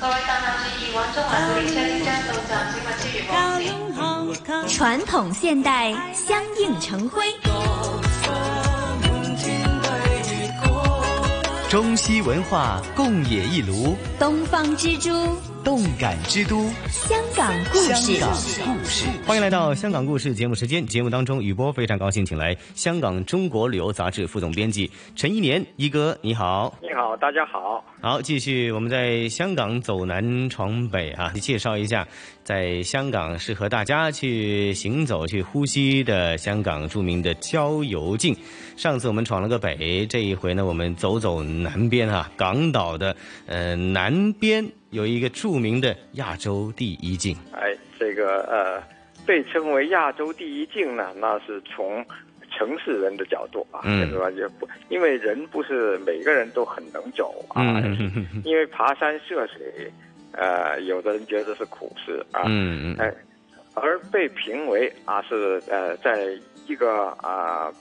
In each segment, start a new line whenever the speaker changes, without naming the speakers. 各位乘客注意，往中环古里车即將到站，請勿超越黃線。
传统现代相映成辉，
中西文化共冶一炉，
东方之珠，
动感之都，
香港故
香
事。
港故事。欢迎来到《香港故事》节目时间。节目当中，雨波非常高兴，请来香港《中国旅游杂志》副总编辑陈一年一哥，你好。
你好，大家好。
好，继续我们在香港走南闯北啊，介绍一下在香港适合大家去行走、去呼吸的香港著名的郊游径。上次我们闯了个北，这一回呢，我们走走南边啊，港岛的呃南边有一个著名的亚洲第一径。
哎，这个呃，被称为亚洲第一境呢，那是从城市人的角度啊，
嗯
对吧？也不因为人不是每个人都很能走啊，
嗯
因为爬山涉水，呃，有的人觉得是苦事啊，
嗯嗯
哎，而被评为啊是呃，在一个啊、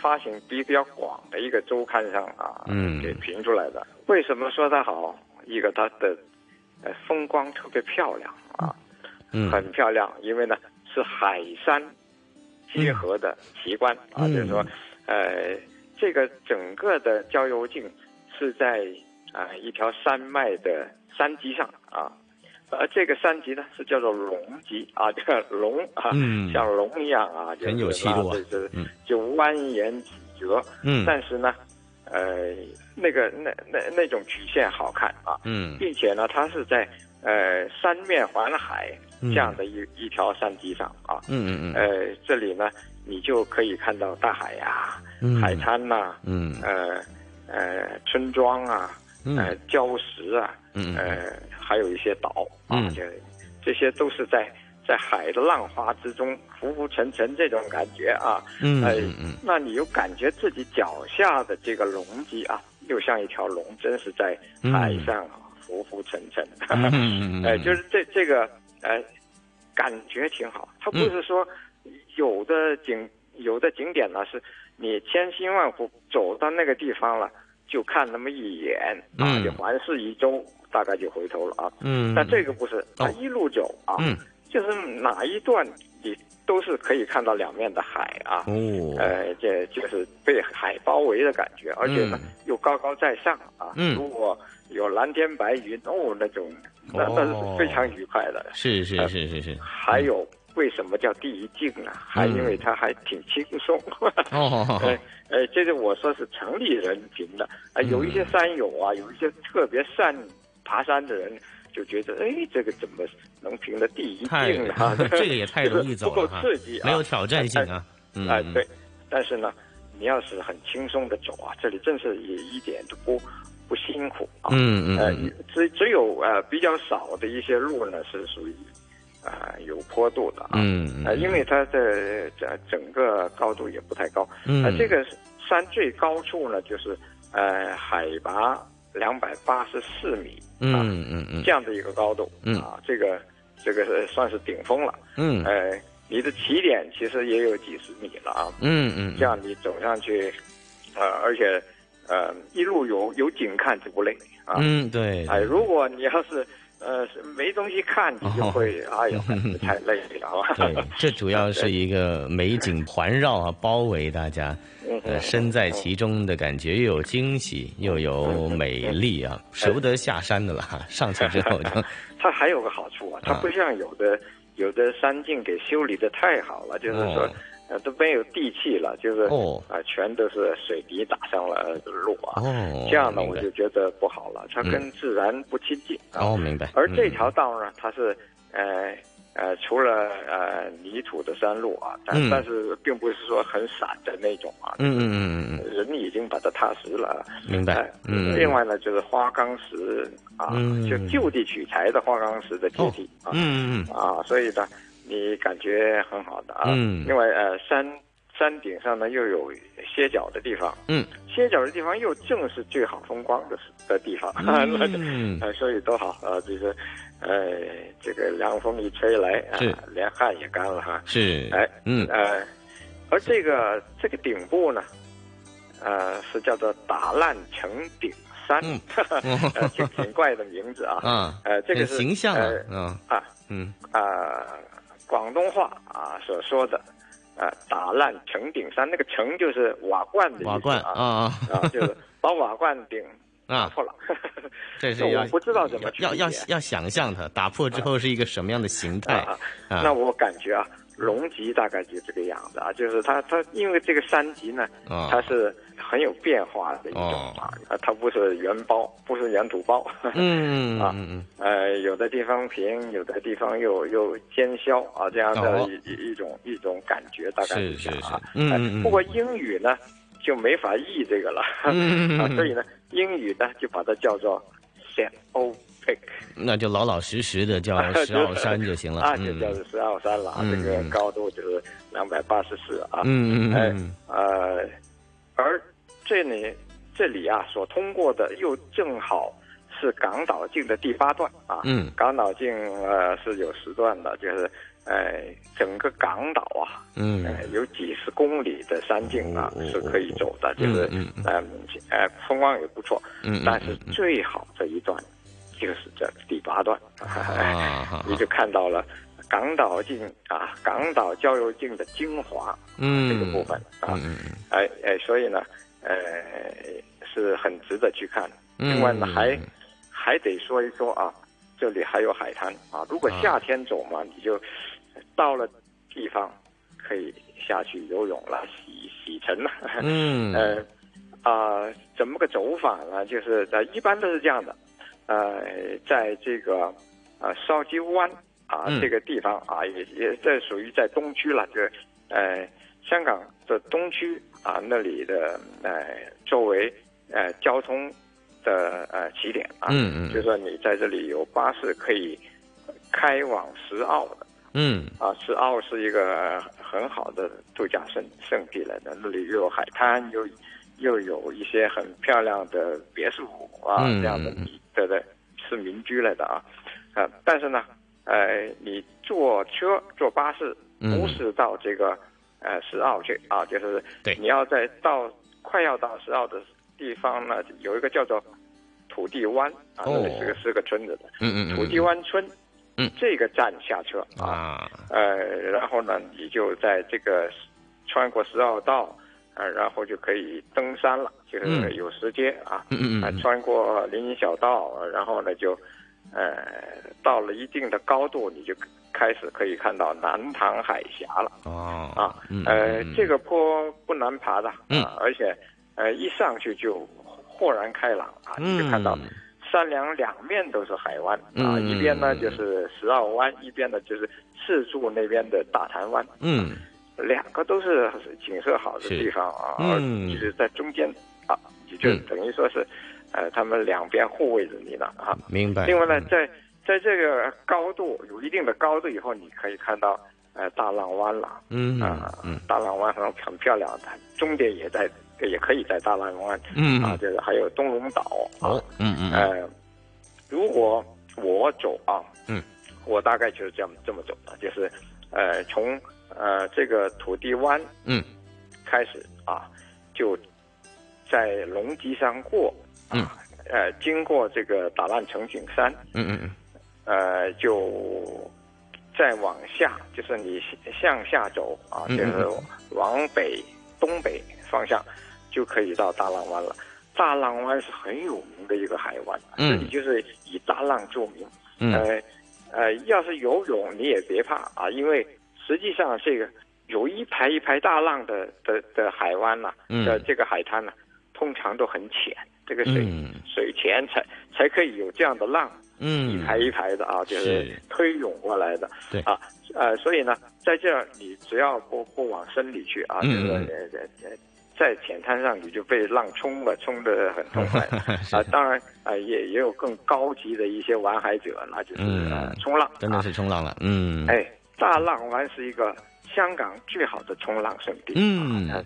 发行比比较广的一个周刊上啊，
嗯
给评出来的。为什么说它好？一个它的呃风光特别漂亮啊，
嗯，
很漂亮，因为呢是海山结合的奇观、啊，
嗯
就是说，呃，这个整个的郊游径是在啊、一条山脉的山脊上啊，而这个山脊呢是叫做龙脊啊，这个龙啊，
嗯
像龙一样啊，就是
很有气度啊
说就是
嗯
就蜿蜒曲折，
嗯
但是呢，呃，那个那那那种曲线好看啊，
嗯
并且呢，它是在呃三面环海
嗯
这样的一、一条山脊上啊，
嗯嗯
呃，这里呢，你就可以看到大海呀、
嗯，
海滩呐、
嗯
呃呃村庄啊，呃
嗯
礁石啊，
嗯
呃，还有一些岛啊
嗯，
这、这些都是在在海的浪花之中浮浮沉沉这种感觉啊，
嗯
呃
嗯
那你又感觉自己脚下的这个龙脊啊，又像一条龙，真是在海上啊浮浮沉沉。
嗯，
呃，就是这这个呃，感觉挺好。它
嗯
不是说有的景有的景点呢，是你千辛万苦走到那个地方了，就看那么一眼啊，
嗯
就环视一周，大概就回头了啊。
嗯，
但这个不是，它一路走啊，
嗯
就是哪一段你都是可以看到两面的海啊。
哦
呃，这就是被海包围的感觉，而且呢、
嗯
又高高在上啊。
嗯
如果有蓝天白云，哦，那种那
哦
那是非常愉快的。
是是
呃
是是是，
还有为什么叫第一境呢？还因为它还挺轻松。
嗯哦
呃，呃，这是我说是城里人评的，啊、
嗯
有一些山友啊，有一些特别善爬山的人就觉得，哎，这个怎么能评的第一
太？
境啊
这个也太容易走了哈
不够刺激啊，
没有挑战性啊，嗯，
哎、对，但是呢，你要是很轻松的走啊，这里真是也一点都不不辛苦啊。
嗯
呃
嗯，
只只有呃比较少的一些路呢是属于啊、呃有坡度的啊，
嗯
呃，因为它的这整个高度也不太高，
嗯
呃，这个山最高处呢就是呃海拔两百八十四米
嗯嗯嗯
啊这样的一个高度，
嗯
啊，这个这个是算是顶峰了，
嗯
呃，你的起点其实也有几十米了啊，
嗯嗯
这样你走上去，呃，而且呃一路有有景看就不累啊。
嗯对，
哎，如果你要是呃是没东西看，你就会、哎呦太累了啊。
哦 对，这主要是一个美景环绕啊，包围大家，
嗯
呃，身在其中的感觉，又有惊喜，又有美丽啊，
哎
舍不得下山的了哈，上去之后就，
它还有个好处啊，它
啊
不像有的有的山径给修理的太好了，就是说、
哦
呃都没有地气了，就是啊、
哦
呃全都是水泥打上了路啊。
哦，
这样呢，
明
我
白嗯
就觉得不好了，它跟自然不亲近啊。
哦，明白。
而这
嗯
条道呢，它是呃呃，除了呃泥土的山路啊，但、
嗯
但是并不是说很散的那种啊，
嗯嗯嗯嗯
人已经把它踏实了。
嗯，明白
哎。，
嗯，
另外呢，就是花岗石啊，
嗯
就就地取材的花岗石的基地、啊、
嗯嗯嗯
啊，所以呢，你感觉很好的啊。
嗯
另外呃，山山顶上呢又有歇脚的地方，
嗯，
歇脚的地方又正是最好风光的时的地 方，那就
嗯，
呃，所以多好啊！就是，呃，这个凉风一吹来啊
是，
连汗也干了哈。
是，
哎，
嗯
呃，而啊这个这个顶部呢，呃，是叫做打烂城顶山，
嗯
呃挺挺怪的名字啊。
啊，
呃，这个
很
是
形象啊
呃，
嗯
啊
嗯，
啊，广东话啊所说的，呃，打烂城顶山，那个城就是瓦罐的意思
瓦罐
啊，
啊
啊，就是把瓦罐顶
啊啊，
破了。
这是
这
要
我不知道怎么
要
去
要
理
要
解
要想象它打破之后是一个什么样的形 态
啊，
啊
那我感觉啊，龙脊大概就这个样子啊，就是它它因为这个山脊呢，
啊哦
它是很有变化的一种啊，啊它不是原包，不是原土包，
嗯
啊
嗯嗯
呃，有的地方平，有的地方又又尖削啊，这样的
哦
一、一一种一种感觉，大概
是
这样啊。
是是嗯
哎
嗯嗯
不过英语呢就没法译这个了，
嗯嗯
啊
嗯，
所以呢，英语呢就把它叫做 set o pick
那就老老实实的叫石
就是
澳山就行了，
啊，就
嗯
叫做十二山了啊，
嗯
这个
嗯
高度就是两百八十四啊。
嗯嗯
哎
嗯
呃，而这里这里啊所通过的又正好是港岛径的第八段啊，
嗯
港岛径呃是有时段的，就是呃整个港岛啊，
嗯
呃有几十公里的山径啊
哦哦
是可以走的，就
嗯
是
嗯嗯
呃呃风光也不错，
嗯嗯
但是最好这一段就是这第八段，
啊好
你就看到了港岛径啊港岛郊游径的精华这个
嗯
部分啊，
嗯嗯
哎哎，所以呢，呃，是很值得去看。
嗯
另外呢，还还得说一说啊，这里还有海滩啊。如果
啊
夏天走嘛，你就到了地方可以下去游泳了，洗洗尘了。
嗯
呃啊、怎么个走法呢？就是呃，一般都是这样的，呃，在这个呃烧鸡湾啊、
嗯
这个地方啊，也也这属于在东区了，就是呃香港的东区啊那里的呃作为呃交通的呃起点啊，
嗯嗯
就是说你在这里有巴士可以开往石澳的。
嗯
啊，石澳是一个很好的度假胜胜地来的，那里又有海滩，又又有一些很漂亮的别墅啊，
嗯
这样的
嗯嗯
民对对，是民居来的啊，啊、但是呢，呃，你坐车坐巴士
嗯
不是到这个呃石澳去啊，就是
对
你要在到快要到石澳的地方呢，有一个叫做土地湾啊，那里是
哦
个是个村子的，
嗯嗯
土地湾村，
嗯
这个站下车啊
啊
呃，然后呢，你就在这个穿过十号道，呃，然后就可以登山了，就
嗯
是有石阶啊，
嗯嗯
啊
嗯
穿过林荫小道，然后呢就，呃，到了一定的高度，你就开始可以看到南塘海峡了
哦
啊，
嗯
呃
嗯，
这个坡不难爬的，
嗯
啊，而且，呃，一上去就豁然开朗啊，你就看到
嗯
山梁两面都是海湾啊，
嗯
一边呢就是石澳湾，一边呢就是赤柱那边的大潭湾，
嗯
两个都是景色好的地方啊，
是
而
嗯
就是在中间啊，也就
嗯
等于说是，呃，他们两边护卫着你呢啊。
明白
另外呢，在在这个高度有一定的高度以后，你可以看到呃大浪湾了
嗯
啊
嗯，
大浪湾很很漂亮的，终点也在也可以在大浪湾
嗯
啊，就是还有东龙岛啊
好嗯嗯嗯
呃，如果我走啊，
嗯，
我大概就是这样这么走的，就是呃从呃这个土地湾
嗯
开始啊，就在龙脊山过，
嗯
啊，呃经过这个打烂城景山，
嗯嗯
呃就再往下，就是你向下走啊，
嗯
就
嗯
是往北东北方向，就可以到大浪湾了。大浪湾是很有名的一个海湾，啊
嗯
这里就是以大浪著名。
嗯
呃呃，要是游泳你也别怕啊，因为实际上这个有一排一排大浪的的的海湾呐、
嗯
的这个海滩呢、通常都很浅，这个水、
嗯
水浅才才可以有这样的浪。
嗯
一排一排的啊，就是
是
推涌过来的。
对
啊，呃，所以呢，在这儿你只要不不往深里去啊，就
嗯
是呃呃呃在浅滩上你就被浪冲了，冲得很痛快
是
啊。当然啊，也也有更高级的一些玩海者，那就是
嗯
呃冲浪。
真的是冲浪了嗯
哎，大浪湾是一个香港最好的冲浪圣地。
嗯
啊，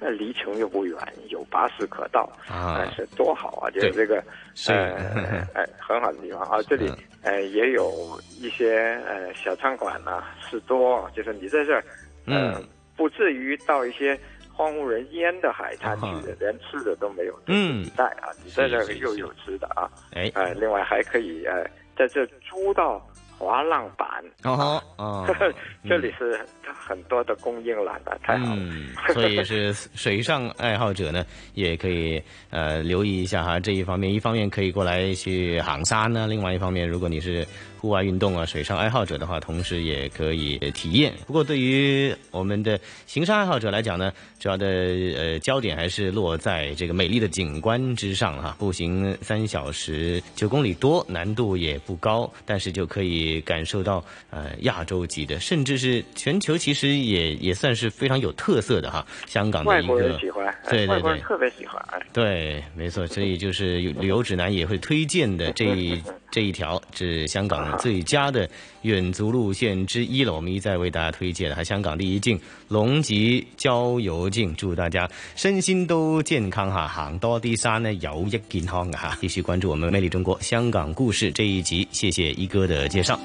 那离城又不远，有巴士可到。
啊
但是多好啊！就
对
是这个，
是
呃，哎，很好的地方啊。这里
嗯
呃也有一些呃啊小餐馆呐、士多，就是你在这儿，呃
嗯，
不至于到一些荒无人烟的海滩去的，连吃的都没有，
啊嗯
就是地带啊，你在这儿又有吃的啊，
哎，
呃，另外还可以呃，在这租到滑浪板，，
哦哦
这里是很多的供应栏的，太好了。
嗯，所以是水上爱好者呢，也可以呃留意一下哈这一方面。一方面可以过来去行山呢，另外一方面，如果你是户外运动啊、水上爱好者的话，同时也可以体验。不过对于我们的行山爱好者来讲呢，主要的呃焦点还是落在这个美丽的景观之上哈、步行三小时九公里多，难度也不高，但是就可以感受到呃亚洲级的，甚至是全球其实也也算是非常有特色的哈，香港的
外
一
国
个
人喜欢，哎
对对
外国人
对
特别喜欢。哎
对，没错，所以就是有旅游指南也会推荐的这一这一条是香港最佳的远足路线之一了，我们一再为大家推荐了。还香港第一径龙脊郊游径，祝大家身心都健康哈，行多啲山呢，有益健康啊哈！继续关注我们魅力中国香港故事这一集，谢谢一哥的介绍。